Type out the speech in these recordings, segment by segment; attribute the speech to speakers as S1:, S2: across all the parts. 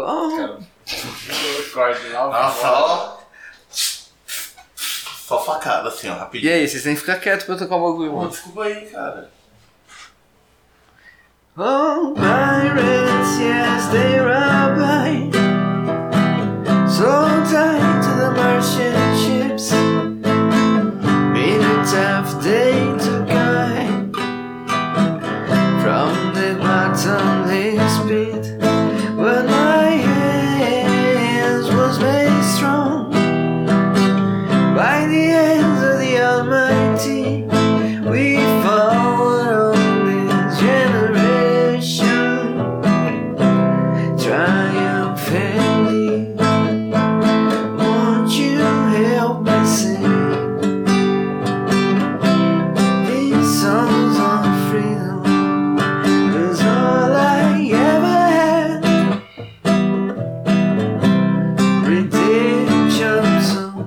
S1: Oh,
S2: Cara, eu corte lá.
S3: Nossa,
S2: fora.
S3: ó. Só facada, assim, ó,
S1: e
S3: rapidinho.
S1: aí, vocês têm que ficar quieto pra eu tocar o bagulho,
S3: Pô,
S1: mano.
S3: desculpa aí, cara.
S1: Oh, pirates, yes, they run by. So tied to the merchant ships. Been a tough day to guide. From the bottom they spit. But my hands was made strong. By the hands of the Almighty. We follow this generation triumphantly. Won't you help me sing these songs on freedom? Is all I ever had. Redemption song.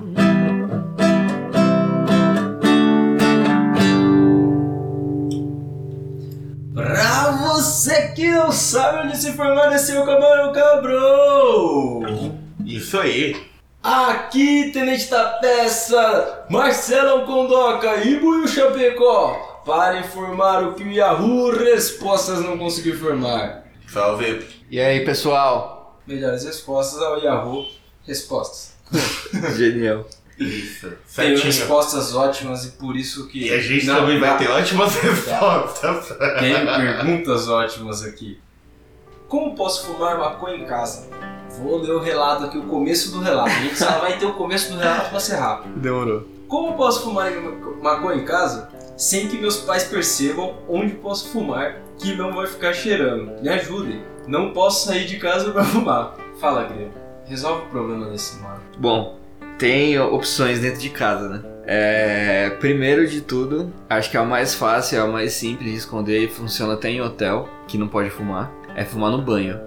S2: Pra você que não sabe onde se forneceu o camarão cabrão!
S3: Isso aí.
S2: Aqui, Tenente da Peça, Marcelão Condoca e Buiu Chapecó, para informar o que o Yahoo Respostas não conseguiu informar.
S3: Salve.
S1: E aí, pessoal?
S2: Melhores respostas ao Yahoo Respostas.
S1: Genial.
S3: Isso.
S2: Tem
S3: Certinho.
S2: respostas ótimas e por isso que...
S3: E a gente também vai ter ótimas respostas.
S2: Tem perguntas ótimas aqui. Como posso fumar maconha em casa? Vou ler o relato aqui, o começo do relato. A gente só vai ter o começo do relato pra ser rápido.
S1: Demorou.
S2: Como posso fumar em- maconha em casa sem que meus pais percebam onde posso fumar que não vai ficar cheirando? Me ajudem. Não posso sair de casa pra fumar. Fala, Grêmio. Resolve o problema desse mano.
S1: Bom, tem opções dentro de casa, né? É, primeiro de tudo, acho que é o mais fácil, é o mais simples de esconder e funciona até em hotel, que não pode fumar, é fumar no banho.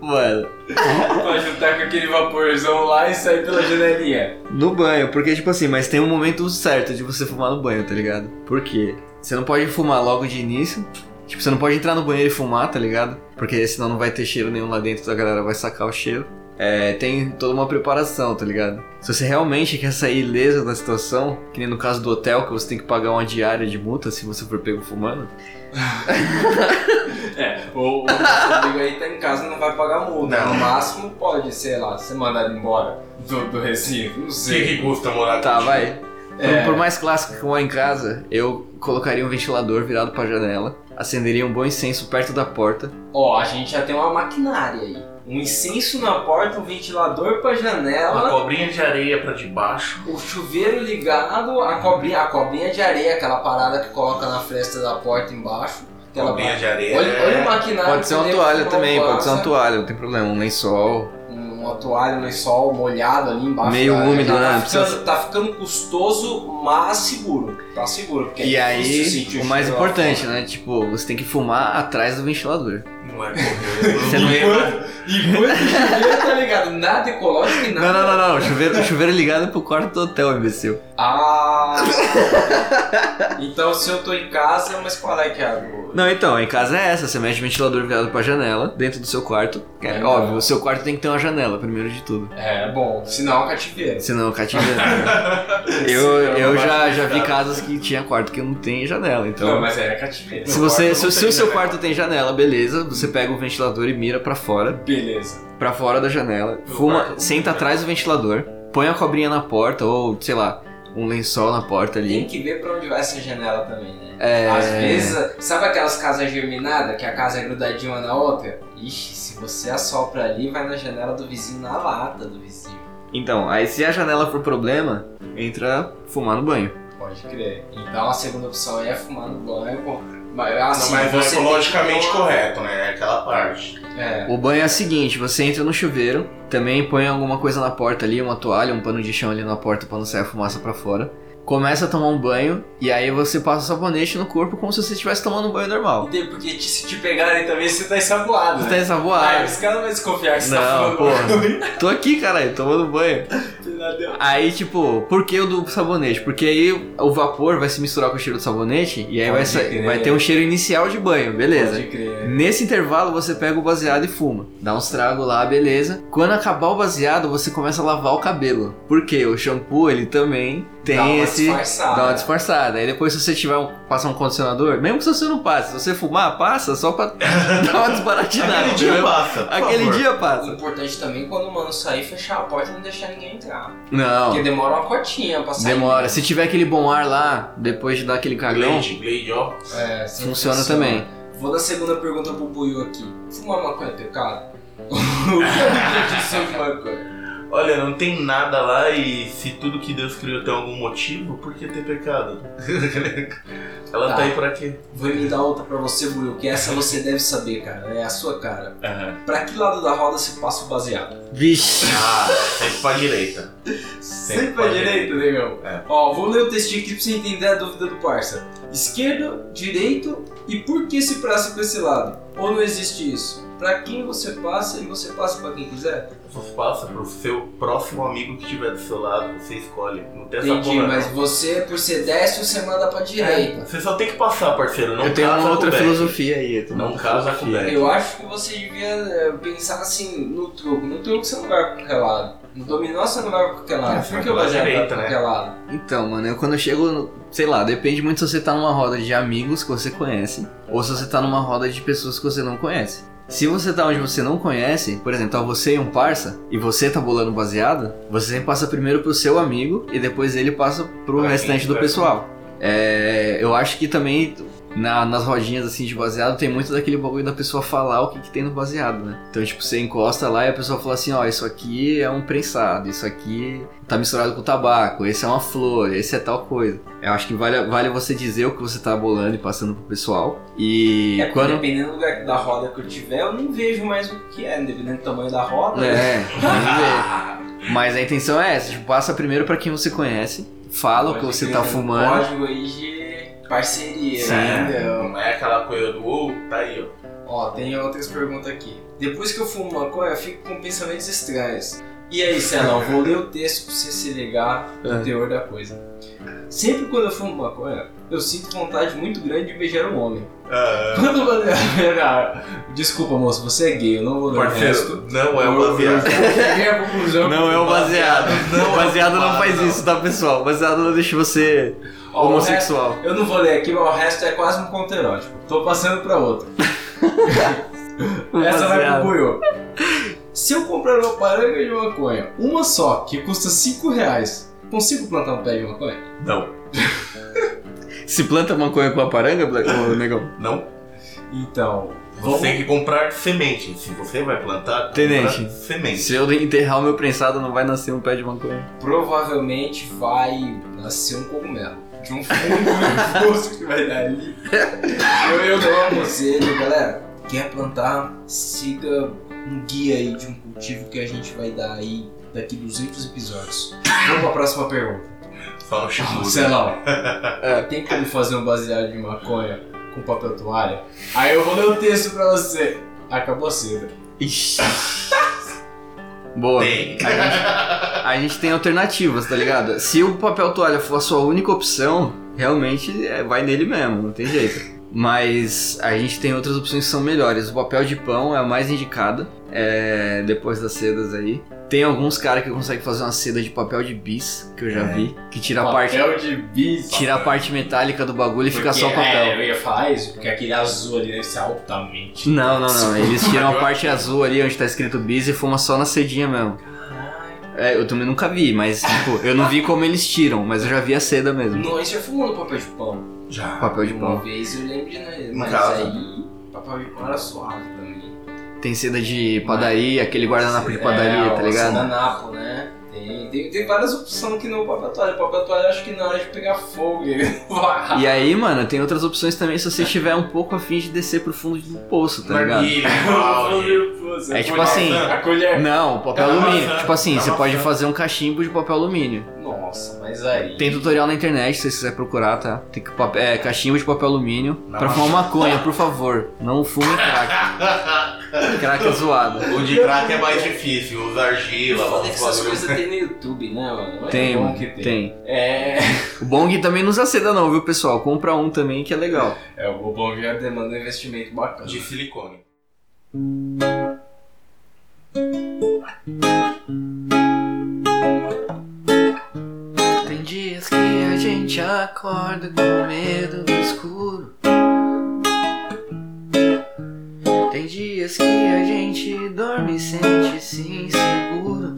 S1: Mano,
S2: Pra juntar com aquele vaporzão lá e sair pela janelinha.
S1: no banho, porque tipo assim, mas tem um momento certo de você fumar no banho, tá ligado? Por quê? Você não pode fumar logo de início. Tipo, você não pode entrar no banheiro e fumar, tá ligado? Porque senão não vai ter cheiro nenhum lá dentro, a galera vai sacar o cheiro. É, tem toda uma preparação, tá ligado? Se você realmente quer sair ileso da situação, que nem no caso do hotel, que você tem que pagar uma diária de multa se você for pego fumando.
S2: É, ou o nosso amigo aí tá em casa e não vai pagar multa.
S3: Não.
S2: No máximo pode, sei lá, ser mandado embora do, do Recife. Não
S3: Que
S2: sei.
S3: que custa morar
S1: Tá,
S3: contigo?
S1: vai.
S2: É.
S1: Por, por mais clássico que eu em casa, eu colocaria um ventilador virado pra janela, acenderia um bom incenso perto da porta,
S2: Ó, a gente já tem uma maquinária aí. Um incenso na porta, um ventilador pra janela.
S3: Uma cobrinha de areia pra debaixo.
S2: O chuveiro ligado, a cobrinha, a cobrinha de areia, aquela parada que coloca na fresta da porta embaixo. Aquela
S3: Cobrinha de areia.
S2: Olha, olha o maquinário.
S1: Pode ser uma
S2: que
S1: toalha
S2: nem
S1: também, pode ser uma
S2: passa,
S1: toalha, não tem problema, um lençol.
S2: um- Uma toalha, um lençol molhado ali embaixo.
S1: Meio
S2: da-
S1: úmido,
S2: tá,
S1: né?
S2: Tá
S1: Precisa-
S2: ficando, tá ficando custoso, mas seguro. Tá seguro. Porque
S1: E
S2: é
S1: aí,
S2: difícil sentir
S1: o mais
S2: cheiro lá
S1: importante,
S2: fora.
S1: né? Tipo, você tem que fumar atrás do ventilador.
S3: Não é correr.
S1: Você não-
S2: Enquanto o chuveiro tá ligado, nada ecológico e
S1: Não,
S2: nada.
S1: não, não, não. O chuveiro, o chuveiro é ligado pro quarto do hotel, imbecil.
S2: Ah! então se eu tô em casa, mas qual é que é a do-
S1: Não, então, em casa é essa. Você mete o ventilador virado pra janela, dentro do seu quarto. É,
S2: É,
S1: óbvio,
S2: não.
S1: o seu quarto tem que ter uma janela, primeiro de tudo.
S2: É, bom, senão é um cativeiro.
S1: Senão cativeiro. eu eu já, já vi casas que tinha quarto que não tem janela,
S2: Não,
S1: então.
S2: mas era cativeiro.
S1: Se
S3: meu
S1: você,
S3: quarto
S1: se,
S3: não
S1: se
S3: tem
S1: o seu
S3: janela.
S1: quarto tem janela, beleza, você pega o ventilador e mira pra fora.
S2: Beleza.
S1: Pra fora da janela,
S3: Meu
S1: fuma,
S3: quarto.
S1: senta atrás do ventilador, põe a cobrinha na porta ou, sei lá, um lençol na porta
S2: Tem
S1: ali.
S2: que ver pra onde vai essa janela também, né?
S1: É,
S2: Às vezes, sabe aquelas casas germinadas, que a casa é grudadinha uma na outra? Ixi, se você assopra ali, vai na janela do vizinho, na lata do vizinho.
S1: Então, aí se a janela for problema, entra fumar no banho.
S2: Pode crer. Então a segunda opção aí é fumar no banho. pô. Mas, assim,
S3: mas não é
S2: você tem que
S3: ecologicamente
S2: ter uma-
S3: correto, né? É Aquela parte.
S2: É.
S1: O banho é o seguinte, você entra no chuveiro, também põe alguma coisa na porta ali, uma toalha, um pano de chão ali na porta pra não sair a fumaça pra fora. Começa a tomar um banho e aí você passa o sabonete no corpo como se você estivesse tomando um banho normal.
S2: Tem, Porque te- se te pegarem também, você tá ensaboado.
S1: Você
S2: né?
S1: tá
S2: Ah,
S1: ensaboado.
S2: os caras vão desconfiar que você tá
S1: Não,
S2: falando.
S1: Tô aqui, caralho, tomando banho.
S4: Nadeu.
S1: Aí, tipo, por que o do sabonete? Porque aí o vapor vai se misturar com o cheiro do sabonete e aí vai,
S4: Pode
S1: sa-
S4: crer.
S1: vai ter um cheiro inicial de banho, beleza.
S4: Pode crer.
S1: Nesse intervalo você pega o baseado e fuma. Dá uns tragos lá, beleza. Quando acabar o baseado, você começa a lavar o cabelo. Porque o shampoo, ele também tem
S4: Dá uma
S1: esse.
S4: disfarçada.
S1: Dá uma disfarçada. Aí depois, se você tiver um, passar um condicionador, mesmo que você não passe, se você fumar, passa só pra dar uma desbaratinada.
S3: Aquele dia
S1: entendeu?
S3: passa. por
S1: Aquele
S3: favor.
S1: dia
S2: O
S1: passa.
S2: importante também é quando o mano sair, fechar a porta e não deixar ninguém entrar.
S1: Não.
S2: Porque demora uma cotinha pra sair.
S1: Ah. Demora. Se tiver aquele bom ar lá, depois de dar aquele cagão,
S3: Glade, Glade, ó.
S2: É, sempre
S1: funciona também.
S2: Vou dar a segunda pergunta pro Buiu aqui. Fumar maconha é pecado? O que é a definição de maconha?
S3: Olha, não tem nada lá e se tudo que Deus criou tem algum motivo, por que ter pecado? Ela tá,
S1: Ah.
S2: Tá.
S3: aí pra quê?
S2: Vou emendar outra pra você, Buiu, que essa você deve saber, cara. É a sua cara.
S3: Aham.
S2: Pra que lado da roda se passa o baseado?
S1: Vixe.
S3: Ah,
S1: tá
S3: sempre pra direita.
S4: Sempre pra direita,
S2: né,
S4: negão.
S3: É.
S4: Ó, vou ler o textinho aqui pra você entender a dúvida do parça.
S2: Esquerdo, direito
S4: E por que se passa pra esse lado? Ou não existe isso? Pra quem você passa e você passa pra quem quiser?
S3: Você passa pro seu próximo amigo que estiver do seu lado, você escolhe. Não tem essa
S2: Entendi,
S3: porra.
S2: mas
S3: não.
S2: você, por ser destro, você manda pra direita.
S3: Você só tem que passar, parceiro. Não
S1: eu tenho
S3: casa
S1: uma
S3: com
S1: outra
S3: o Beck.
S1: filosofia aí. eu tenho
S3: Não
S1: outra
S3: casa com o
S1: filosofia.
S3: Beck.
S2: Eu acho que você devia é, pensar assim no truco. No truco você não vai pra qualquer lado. No dominó você não vai pra qualquer
S3: É,
S2: lado.
S3: você
S2: Por
S3: vai
S2: que eu
S3: pra
S2: vou já pra
S3: direita, né?
S2: qualquer lado?
S1: Então, mano, eu quando eu chego, no- sei lá, depende muito se você tá numa roda de amigos que você conhece ou se você tá numa roda de pessoas que você não conhece. Se você tá onde você não conhece, por exemplo, tá você e um parça, e você tá bolando baseado, você sempre passa primeiro pro seu amigo e depois ele passa pro
S3: Pra quem
S1: restante do
S3: tiver.
S1: pessoal. É, eu acho que também na- nas rodinhas assim de baseado tem muito daquele bagulho da pessoa falar o que, que tem no baseado, né? Então, tipo, você encosta lá e a pessoa fala assim: ó, isso aqui é um prensado, isso aqui tá misturado com tabaco, esse é uma flor, esse é tal coisa. Eu acho que vale, vale você dizer o que você tá bolando e passando pro pessoal. E
S2: É, porque
S1: quando.
S2: Dependendo do lugar da roda que eu tiver, eu nem vejo mais o que é, dependendo do tamanho da roda.
S1: É, vamos ver. Mas a intenção é essa: tipo, passa primeiro pra quem você conhece, fala o que
S2: Pode
S1: você
S2: ter
S1: tá
S2: um
S1: fumando.
S2: Código aí de parceria,
S1: Sim.
S2: entendeu?
S3: Não é aquela coisa do ou, tá aí, ó.
S2: Ó, tem outras perguntas aqui. Depois que eu fumo maconha, eu fico com pensamentos estranhos. E aí, Celão, vou ler o texto pra você se ligar no
S1: É.
S2: teor da coisa. Sempre quando eu fumo maconha, eu sinto vontade muito grande de beijar um homem.
S1: é.
S3: Ah,
S2: Quando eu... Desculpa, moço, você é gay, eu não vou ler o resto.
S3: parceiro, não é o baseado.
S2: Eu- eu cheguei à conclusão que-
S1: Não é o baseado.
S3: Não é
S1: O baseado não
S3: fumado,
S1: faz
S3: não.
S1: isso, tá, pessoal? O baseado não deixa você
S2: Ó, o resto-
S1: homossexual.
S2: Eu não vou ler aqui, mas o resto é quase um conto erótico. Tô passando pra outra.
S1: O
S2: Essa vai pro
S1: baseado.
S2: Buio. Se eu comprar uma paranga de maconha, uma só, que custa 5 reais, consigo plantar um pé de maconha?
S3: Não,
S1: Se planta maconha com a paranga, Bla- ô, negão?
S3: não.
S2: Então,
S3: Você
S2: vamos...
S3: tem que comprar semente. Se você vai plantar,
S1: Tenente.
S3: compra semente.
S1: Se eu enterrar o meu prensado, não vai nascer um pé de maconha.
S2: provavelmente vai nascer um cogumelo. De um fungo nervoso que vai dar ali. Eu, eu dou um conselho, galera. Quer plantar, siga um guia aí de um cultivo que a gente vai dar aí daqui 200 episódios. Vamos pra próxima pergunta.
S3: Só no chimbo.
S2: Sei lá. Tem como fazer um baseado de maconha com papel toalha? Aí eu vou ler o texto pra você. Acabou cedo.
S1: Ixi.
S2: é
S1: Boa.
S3: Tem.
S1: A gente, a gente tem alternativas, tá ligado? Se o papel toalha for a sua única opção, realmente é, vai nele mesmo, não tem jeito. Mas a gente tem outras opções que são melhores. O papel de pão é a mais indicada, é, depois das sedas aí. Tem alguns caras que conseguem fazer uma seda de papel de bis, que eu já
S3: É.
S1: vi, que tira a parte,
S2: papel de bis.
S1: tira a parte metálica do bagulho e fica só o
S2: Porque,
S1: papel.
S2: É, eu ia falar isso, porque aquele azul ali deve ser altamente.
S1: Não, não, não. Eles tiram a
S3: Agora-
S1: parte azul ali onde tá escrito bis e fuma só na cedinha mesmo. É, eu também nunca vi, mas tipo, eu não vi como eles tiram, mas eu já vi a seda mesmo.
S2: Nós já fumamos é papel de pão.
S3: Já.
S1: Papel de
S2: Uma
S1: pão.
S2: vez eu lembro de nós,
S3: Em
S2: mas
S3: casa.
S2: aí papel de pão era suave também.
S1: Tem seda de padaria, aquele guardanapo de
S2: é,
S1: padaria, tá
S2: o
S1: ligado?
S2: guardanapo, né? Tem, tem, tem várias opções que não é o papel toalha. O papel toalha acho que na hora de pegar fogo ele vai.
S1: E aí, mano, tem outras opções também se você estiver um pouco afim de descer pro fundo do poço, tá ligado?
S3: Narguilha, balde.
S2: Balde.
S1: É tipo assim.
S2: A colher.
S1: Não, papel
S3: É uma
S1: alumínio.
S3: maçã,
S1: Tipo assim,
S2: Tá
S3: é
S1: você
S3: uma
S1: pode
S3: maçã.
S1: fazer um cachimbo de papel alumínio.
S2: Nossa, mas aí.
S1: Tem tutorial na internet, se você quiser procurar, tá? Tem que pap- é, cachimbo de papel alumínio.
S3: Não.
S1: Pra fumar maconha, por favor. Não fume crack. Crack é zoado.
S3: O de crack é mais difícil, usa argila,
S2: Foda que
S3: vamos
S2: essas
S3: fazer.
S2: coisas tem no YouTube, né, mano? É
S1: Tem,
S2: bom
S1: mano,
S2: que
S1: tem.
S2: É.
S1: O Bong também não usa seda não, viu, pessoal? Compra um também que é legal.
S2: É, o Bobão já demanda um investimento bacana.
S3: De silicone.
S1: Tem dias que a gente acorda com medo do escuro. Tem dias que a gente dorme e sente-se inseguro.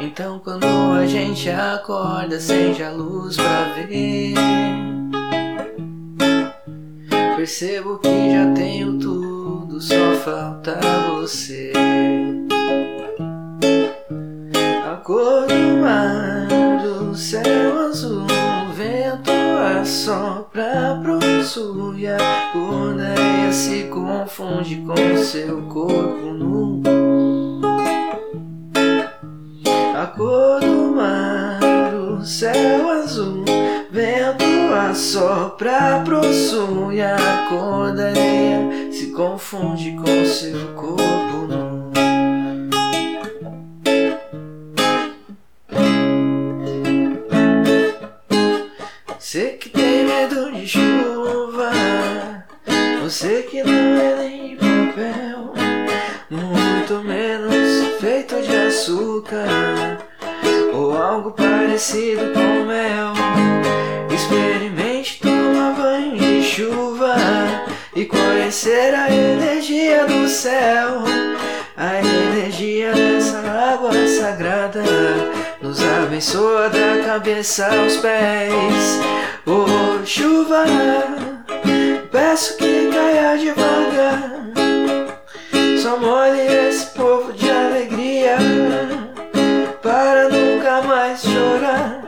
S1: Então quando a gente acorda, seja a luz pra ver. Percebo que já tenho tudo, só falta você. A cor do mar, do céu azul, o vento assopra pro sul e a cor da areia se confunde com seu corpo nu. A cor do mar, do céu azul, vento assopra pro sul e a cor da areia se confunde com seu corpo nu. Você que tem medo de chuva, você que não é nem de papel, muito menos feito de açúcar ou algo parecido com mel. Experimente tomar banho de chuva e conhecer a energia do céu, a energia dessa água sagrada. Nos abençoa da cabeça aos pés, oh chuva. Peço que caia devagar, só molhe esse povo de alegria, para nunca mais chorar,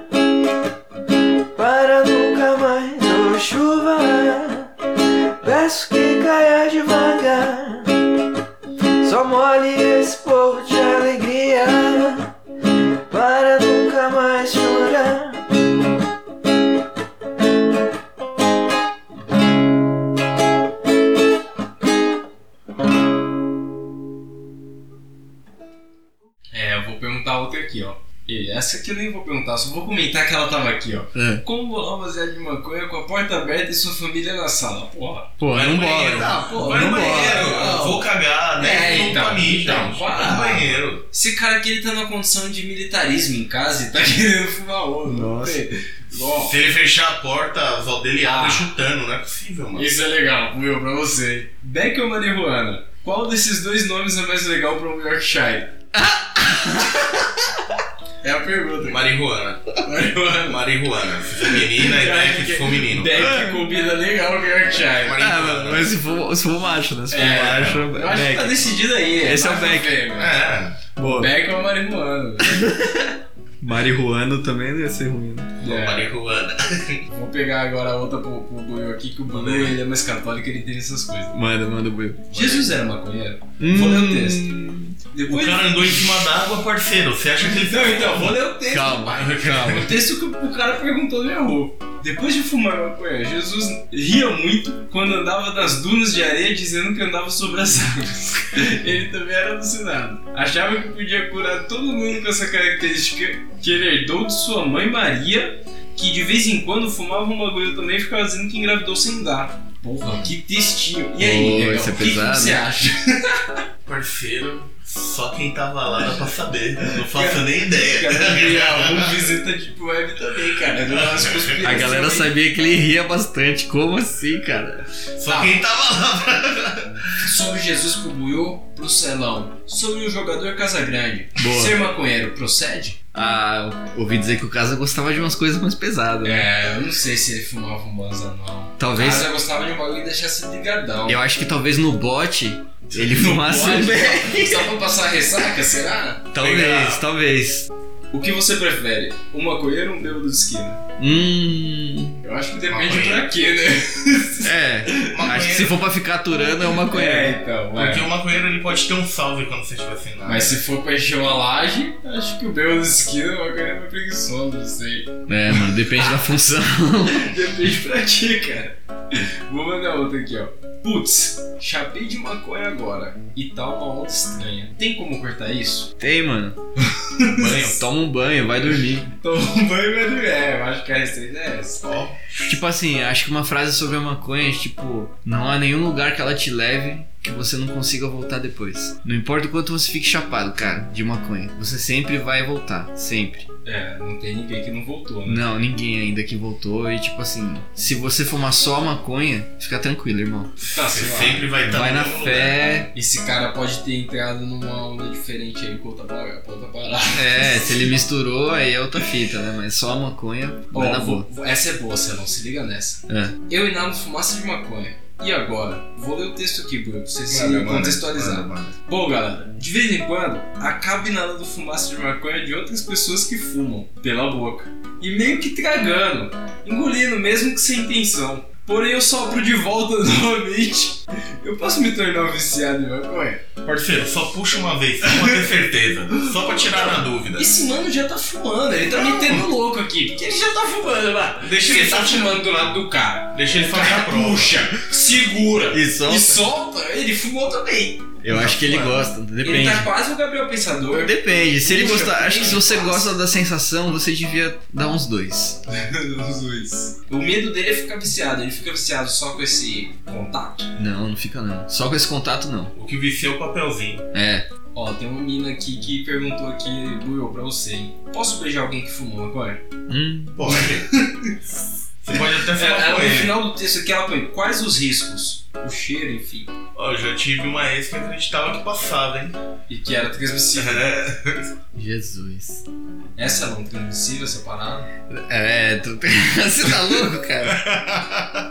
S1: para nunca mais, oh chuva. Peço que caia devagar, só molhe esse povo de alegria para nunca mais chorar.
S2: É, eu vou perguntar outra aqui, ó. E essa aqui eu nem vou perguntar, só vou comentar que ela tava aqui, ó.
S1: É.
S2: Como bolar uma zé de maconha com a porta aberta e sua família na sala? Porra.
S1: Pô,
S3: Vai no banheiro.
S2: Ah, pô,
S3: Vai no
S2: não
S3: banheiro.
S2: bora, não.
S3: Vou cagar, né?
S2: É,
S3: 10 minutos
S2: então,
S3: pra mijar.
S2: então,
S3: Vai no
S2: para.
S3: banheiro.
S2: Esse cara aqui ele tá na condição de militarismo em casa e tá querendo fumar ouro. não
S1: Nossa.
S2: tem? Ó,
S3: Se ele fechar a porta, só dele abre
S2: Ah.
S3: chutando. Não é possível, mano.
S2: Isso é legal, meu, pra você. Beck ou Marihuana? Qual desses dois nomes é mais legal pra um Yorkshire? é a pergunta.
S3: Marihuana.
S2: Marihuana.
S3: Marihuana. Se for menina,
S2: Eu
S3: é
S2: acho
S3: que
S2: que
S3: se for menino.
S2: Beck combina legal com o Yorkshire.
S1: Ah,
S3: Marihuana.
S1: mano, mas se for, se for macho, né? Se for
S2: É,
S1: macho,
S2: Eu acho que tá
S1: Mac.
S2: decidido aí.
S1: Esse é o
S2: Macho ou
S1: Beck.
S2: fêmea?
S3: É.
S1: Boa.
S2: Beck ou marihuana?
S1: Marihuano também não ia ser ruim. né?
S2: É.
S3: Marihuana.
S2: Vou pegar agora a outra pro, pro Buiu aqui, que o Buiu ele é mais católico, ele tem essas coisas.
S1: Manda, manda o Hum. boi.
S2: Jesus era maconheiro?
S1: Vou
S2: ler o texto.
S3: O
S2: Depois...
S3: cara andou em cima d'água, parceiro. Você acha que ele...
S2: é. Não, então, vou ler o texto.
S1: Calma, calma.
S2: O texto que o cara perguntou ele errou. Depois de fumar maconha, Jesus ria muito quando andava nas dunas de areia dizendo que andava sobre as águas. Ele também era alucinado. Achava que podia curar todo mundo com essa característica que ele herdou de sua mãe Maria, que de vez em quando fumava um bagulho também e ficava dizendo que engravidou sem dar. Porra, que textinho. E aí,
S1: Pô,
S2: Negão,
S1: isso é
S2: o que, que
S1: pesado,
S2: você
S1: hein?
S2: acha?
S3: Parceiro, só quem tava lá dá pra saber. Não faço nem ideia.
S2: Gabriel, um visita Deep Web também, cara. Deu umas conspirações
S1: A galera
S2: aí.
S1: sabia que ele ria bastante. Como assim, cara?
S2: Tá.
S3: Só quem tava lá.
S2: Sobre Jesus pro Buiu, pro Celão. Sobre o jogador Casagrande.
S1: Boa.
S2: Ser maconheiro procede?
S1: Ah, ouvi dizer que o Casa gostava de umas coisas mais pesadas. né?
S2: É, eu não sei se ele fumava um banza não.
S1: Talvez.
S2: Mas eu gostava de um bagulho e deixasse ligadão.
S1: Eu acho que talvez no bote ele fumasse.
S2: bote?
S1: bem.
S2: Só pra passar ressaca, será?
S1: Talvez,
S3: Legal.
S1: talvez.
S2: O que você prefere? Um maconheiro ou um bêbado de esquina?
S1: Hum.
S2: Eu acho que depende
S3: Maconheiro.
S2: pra quê, né?
S1: É. Acho que se for pra ficar aturando é uma coisa.
S2: É, então, é.
S3: Porque o maconheiro ele pode ter um salve quando você estiver sem nada.
S2: Mas se for pra encher uma laje, acho que o bêbado de esquina é uma coisa mais preguiçosa, não sei.
S1: É, mano, depende da função.
S2: Depende pra ti, cara. Vou mandar outra aqui, ó. Putz, chapei de maconha agora e tá uma onda estranha. Tem como cortar isso?
S4: Tem, mano. banho, toma um banho, vai dormir.
S2: Toma um banho e vai dormir. É, eu acho que a receita é essa.
S4: Tipo assim, acho que uma frase sobre a maconha é tipo: Não há nenhum lugar que ela te leve que você não consiga voltar depois. Não importa o quanto você fique chapado, cara, de maconha, você sempre vai voltar. Sempre.
S2: É, não tem ninguém que não voltou, né?
S4: Não, ninguém ainda que voltou. E tipo assim, se você fumar só a maconha, fica tranquilo, irmão.
S2: Tá,
S3: Você
S2: sei lá.
S3: sempre vai estar
S4: Vai
S3: no
S4: na
S3: mesmo
S4: fé.
S2: Esse cara pode ter entrado numa onda diferente aí com outra parada. com outra parada.
S4: É, se ele misturou, aí é outra fita, né? Mas só a maconha, vai
S2: Ó,
S4: na
S2: vou-
S4: boa.
S2: vou- essa é boa, Celão, se liga nessa.
S4: É.
S2: Eu inalo fumaça de maconha. E agora? Vou ler o texto aqui, Bruno, pra você
S3: lugar.
S2: se
S3: Manda, manda,
S2: contextualizar.
S3: manda, manda.
S2: Bom, galera, de vez em quando, acaba inalando fumaça de maconha é de outras pessoas que fumam, pela boca. E meio que tragando, engolindo mesmo que sem intenção. Porém, eu sopro de volta novamente. Eu posso me tornar um viciado em maconha?
S3: Parceiro, só puxa uma vez, só pra ter certeza. Só pra tirar na dúvida.
S2: Esse mano já tá fumando, ele tá me tendo louco aqui, porque ele já tá fumando lá.
S3: Deixa ele,
S2: Ele tá fumando do lado do cara.
S3: deixa ele fazer a prova.
S2: Puxa, segura
S4: E só?
S2: e solta. Ele fumou também.
S4: Eu acho que ele gosta,
S2: Ele
S4: depende.
S2: tá quase o Gabriel Pensador.
S4: Depende, se ele
S2: Puxa,
S4: gostar. Acho que se você
S2: passa.
S4: gosta da sensação, você devia dar uns dois.
S2: Os dois. O medo dele é ficar viciado, ele fica viciado só com esse contato.
S4: Não, não fica não. Só com esse contato não.
S3: O que vicia é o papelzinho.
S4: É.
S2: Ó, tem uma mina aqui que perguntou aqui, Will, pra você, hein? Posso beijar alguém que fumou agora?
S4: Hum.
S3: Pode. Você pode até
S2: É,
S3: falar
S2: ela,
S3: com
S2: no
S3: ele.
S2: final do texto aqui ela põe quais os riscos? O cheiro, enfim.
S3: Ó, eu já tive uma ex que acreditava que passava, hein?
S2: E que era transmissível.
S3: É.
S4: Jesus.
S2: Essa não transmissível, essa parada.
S4: É, tu... você tá louco, cara?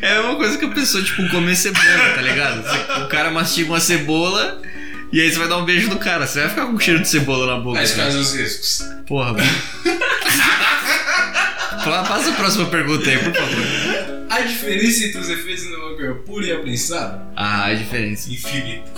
S4: É uma coisa que a pessoa, tipo, comer cebola, tá ligado? Você- O cara mastiga uma cebola e aí você vai dar um beijo no cara. Você vai ficar com cheiro de cebola na boca.
S2: Mas
S4: Cara.
S2: quais os riscos?
S4: Porra, mano. Fala- Passa a próxima pergunta aí, por favor.
S2: A diferença entre os efeitos da maconha pura e a prensada?
S4: Ah, a diferença.
S3: Infinito.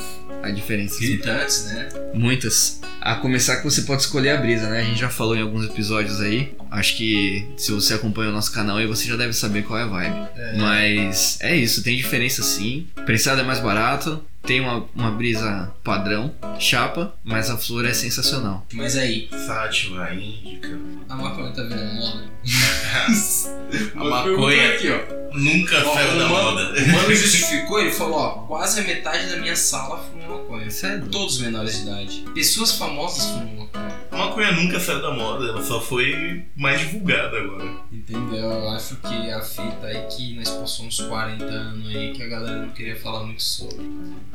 S4: A diferença.
S2: Gritantes, né?
S4: Muitas. A começar que você pode escolher a brisa, né? A gente já falou em alguns episódios aí. Acho que se você acompanha o nosso canal aí, você já deve saber qual é a vibe. Mas é isso, tem diferença sim. Prensado é mais barato, tem uma, uma brisa padrão, chapa, mas a flor é sensacional.
S2: Mas aí,
S3: Sátiva, índica.
S2: a maconha tá virando moda?
S3: A
S2: Uma
S3: maconha
S2: pergunta aqui, ó.
S3: nunca
S2: Ó,
S3: saiu
S2: o
S3: da
S2: mano-
S3: moda.
S2: O mano justificou, ele falou, ó, quase a metade da minha sala fuma maconha.
S4: Isso é doido.
S2: Todos menores de idade. Pessoas famosas fumam maconha.
S3: A maconha nunca saiu da moda, ela só foi mais divulgada agora.
S2: Entendeu? Eu acho que a fita é que nós passamos uns 40 anos aí que a galera não queria falar muito sobre.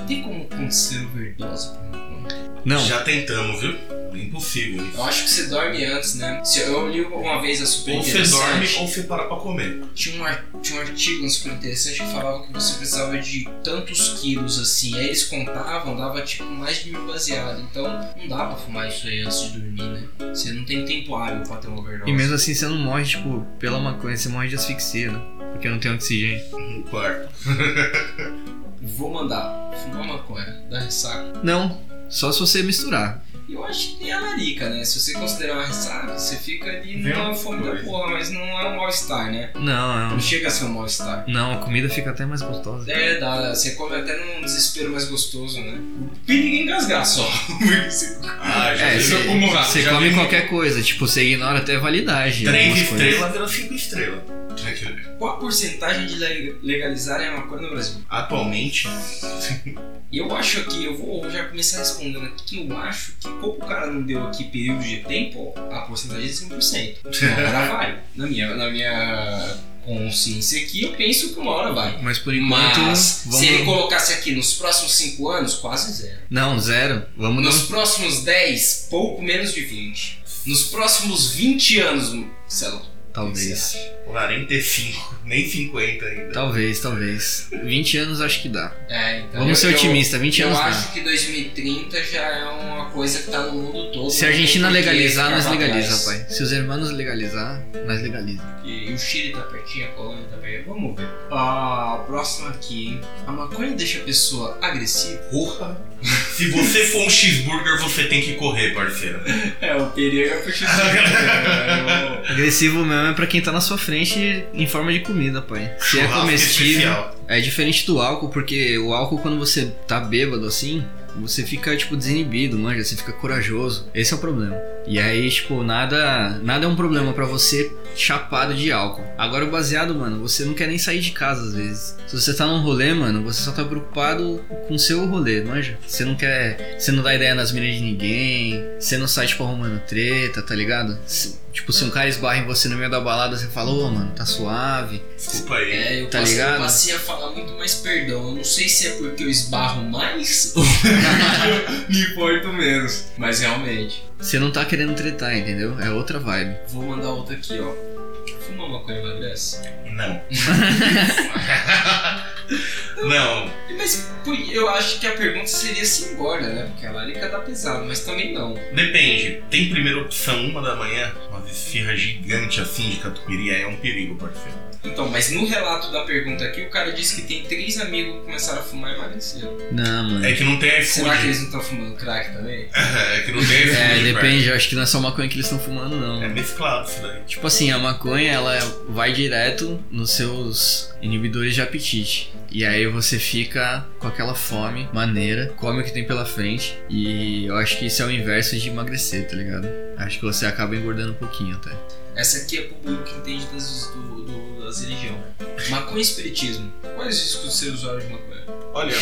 S2: Tem como acontecer overdose por maconha?
S4: Não,
S3: Já tentamos, viu? Impossível isso.
S2: Eu acho que você dorme antes, né? Se eu li uma vez a super
S4: é
S3: Ou você dorme ou você para pra comer.
S2: tinha um, ar- tinha um artigo super interessante que falava que você precisava de tantos quilos assim. Aí eles contavam, dava tipo mais de mil baseado. Então não dá pra fumar isso aí antes de dormir, né? Você não tem tempo hábil pra ter uma overdose.
S4: e mesmo assim você não morre, tipo, pela maconha, você morre de asfixia, né? Porque não tem oxigênio.
S3: No Um quarto.
S2: Vou mandar fumar maconha, dá ressaca.
S4: Não, só se você misturar.
S2: E eu acho que tem a larica, né? Se você considerar uma ressaca, você fica ali
S3: Vem
S2: numa
S3: uma
S2: fome da
S3: coisa.
S2: porra, mas não é um mal-estar, né?
S4: Não,
S2: Não
S4: não.
S2: chega a ser um mal-estar.
S4: Não, a comida fica até mais gostosa.
S2: É, dá, você come até num desespero mais gostoso, né? O perigo é engasgar só. Porque você
S3: Ah, já
S4: É,
S3: vi
S4: você
S3: meu como rato,
S4: você
S3: já
S4: come
S3: vi meu-
S4: qualquer coisa, tipo, você ignora até a validade.
S3: Três
S4: algumas coisas.
S3: estrelas vira cinco estrelas.
S2: Qual a porcentagem de le- legalizarem a maconha no Brasil?
S3: Atualmente,
S2: E eu acho aqui, eu vou já começar respondendo aqui, que eu acho que como o cara não deu aqui período de tempo, a porcentagem é 100%. Uma hora vai. Na minha, na minha consciência aqui, eu penso que uma hora vai.
S4: Mas por enquanto.
S2: Mas
S4: vamos...
S2: se ele colocasse aqui nos próximos 5 anos, quase zero.
S4: Não, zero. Vamos
S2: Nos
S4: não.
S2: próximos 10, pouco menos de 20. Nos próximos 20 anos, sei lá.
S4: Talvez.
S3: Talvez. cinco nem 50 ainda.
S4: Talvez, talvez. 20 anos acho que dá.
S2: É, então
S4: Vamos ser
S2: eu- eu-
S4: otimistas, 20
S2: Eu
S4: anos né?
S2: acho que 2030 já é uma coisa que tá no mundo todo.
S4: dá. Se a
S2: não tem
S4: Argentina
S2: por que
S4: legalizar,
S2: ficar
S4: nós
S2: pra
S4: legaliza,
S2: trás.
S4: pai. Se os irmãos legalizar, nós legaliza.
S2: E o Chile tá pertinho, a Colômbia tá pertinho. Vamos ver. Ah, próximo aqui, hein? A maconha deixa a pessoa agressiva?
S3: Porra! Se você for um cheeseburger, você tem que correr, parceiro.
S5: É, o perigo é puxar.
S2: né?
S5: cara.
S4: Agressivo mesmo é pra quem tá na sua frente em forma de comida, pai. Se é
S3: Churrasco
S4: comestível.
S3: especial.
S4: É diferente do álcool, porque o álcool, quando você tá bêbado assim, você fica, tipo, desinibido, manja, você fica corajoso. Esse é o problema. E aí, tipo, nada, nada é um problema pra você chapado de álcool. Agora, o baseado, mano, você não quer nem sair de casa às vezes. Se você tá num rolê, mano, você só tá preocupado com o seu rolê, manja. Você não quer. Você não dá ideia nas minas de ninguém, você não sai, tipo, arrumando treta, tá ligado? Se- tipo, se um cara esbarra em você no meio da balada, você fala, ô, mano, tá suave.
S3: Desculpa aí.
S2: É, eu
S4: Tá
S2: passei,
S4: ligado?
S2: eu passei a falar muito mais perdão. Eu não sei se é porque eu esbarro mais ou me importo menos. Mas realmente,
S4: Você não tá querendo tretar, entendeu? É outra vibe.
S2: vou mandar outra aqui, ó. Fumar maconha emagrece.
S3: Não. não.
S2: E, Mas pô, eu acho que a pergunta seria se engorda, né? Porque a larica tá pesada, mas também não.
S3: Depende. Tem primeira opção, uma da manhã, umas esfirras gigantes assim de catupiry, aí é um perigo, parceiro.
S2: Então, mas no relato da pergunta aqui, o cara disse que tem três amigos que começaram a fumar e emagreceram.
S4: Não, mano.
S3: É que não tem
S2: Será que
S3: iFood.
S2: eles não estão fumando crack também?
S3: É que não tem iFood.
S4: É,
S3: parceiro.
S4: depende, eu acho que não é só maconha que eles estão fumando, não.
S3: É mesclado isso daí.
S4: Tipo assim, a maconha, ela vai direto nos seus inibidores de apetite. E aí você fica com aquela fome maneira, come o que tem pela frente. E eu acho que isso é o inverso de emagrecer, tá ligado? Acho que você acaba engordando um pouquinho até.
S2: Essa aqui é pro público que entende das, do, do- das religiões. Maconha e espiritismo. Quais os riscos é de ser usuário de maconha?
S3: Olha,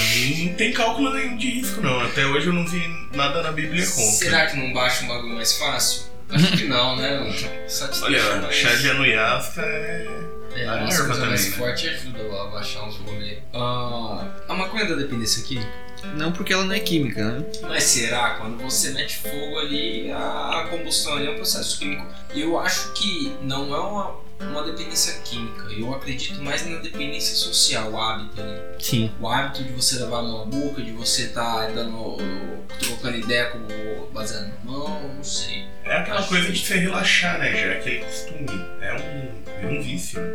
S3: não tem cálculo nenhum de risco, não. Até hoje eu não vi nada na
S2: é
S3: Bíblia contra.
S2: Será que não baixa um bagulho mais fácil? Acho que não, né? mano? Só te deixa
S3: Olha,
S2: mais-
S3: chá de anuiasca é.
S2: É,
S3: a
S2: a
S3: erva
S2: coisa
S3: também,
S2: mais
S3: né?
S2: forte ajuda a baixar uns rolê. Ah, a maconha da dependência aqui?
S4: Não porque ela não é química, né?
S2: Mas será? Quando você mete fogo ali, a combustão ali é um processo químico. Eu acho que não é uma, uma dependência química. Eu acredito mais na dependência social, o hábito ali.
S4: Sim.
S2: O hábito de você levar a mão à boca, de você tá dando. trocando ideia com o baseado na mão, não sei.
S3: É aquela coisa de você relaxar, né? Já é aquele costume. É um, é um vício. né?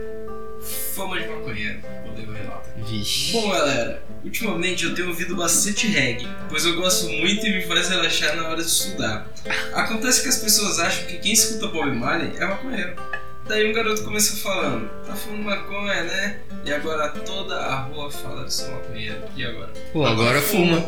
S2: Fama de maconheiro, o Diego relata.
S4: Vixe.
S2: Bom, galera, ultimamente eu tenho ouvido bastante reggae, pois eu gosto muito e me faz relaxar na hora de estudar. Acontece que as pessoas acham que quem escuta Bob Marley é maconheiro. Daí um garoto começa falando, tá falando maconha, né? E agora toda a rua fala que sou maconheiro. E agora?
S4: Pô, agora fuma.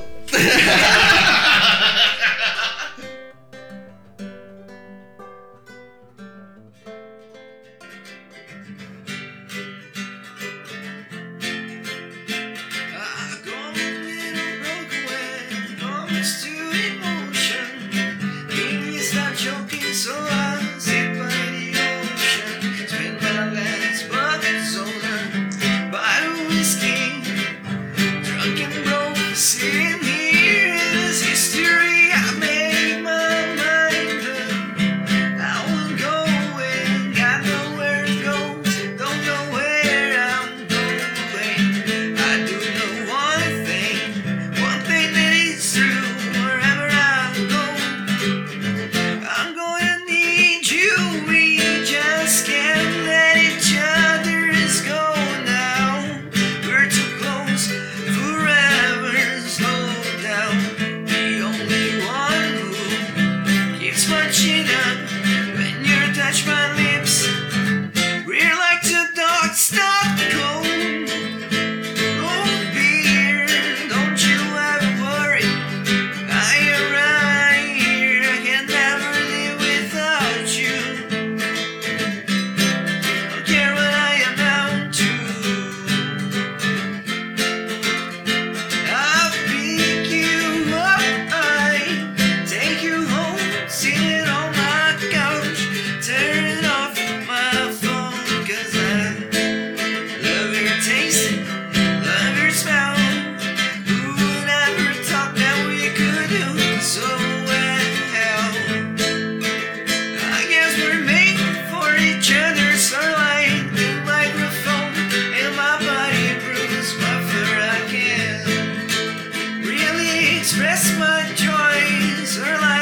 S1: Express my joys or life. Oh,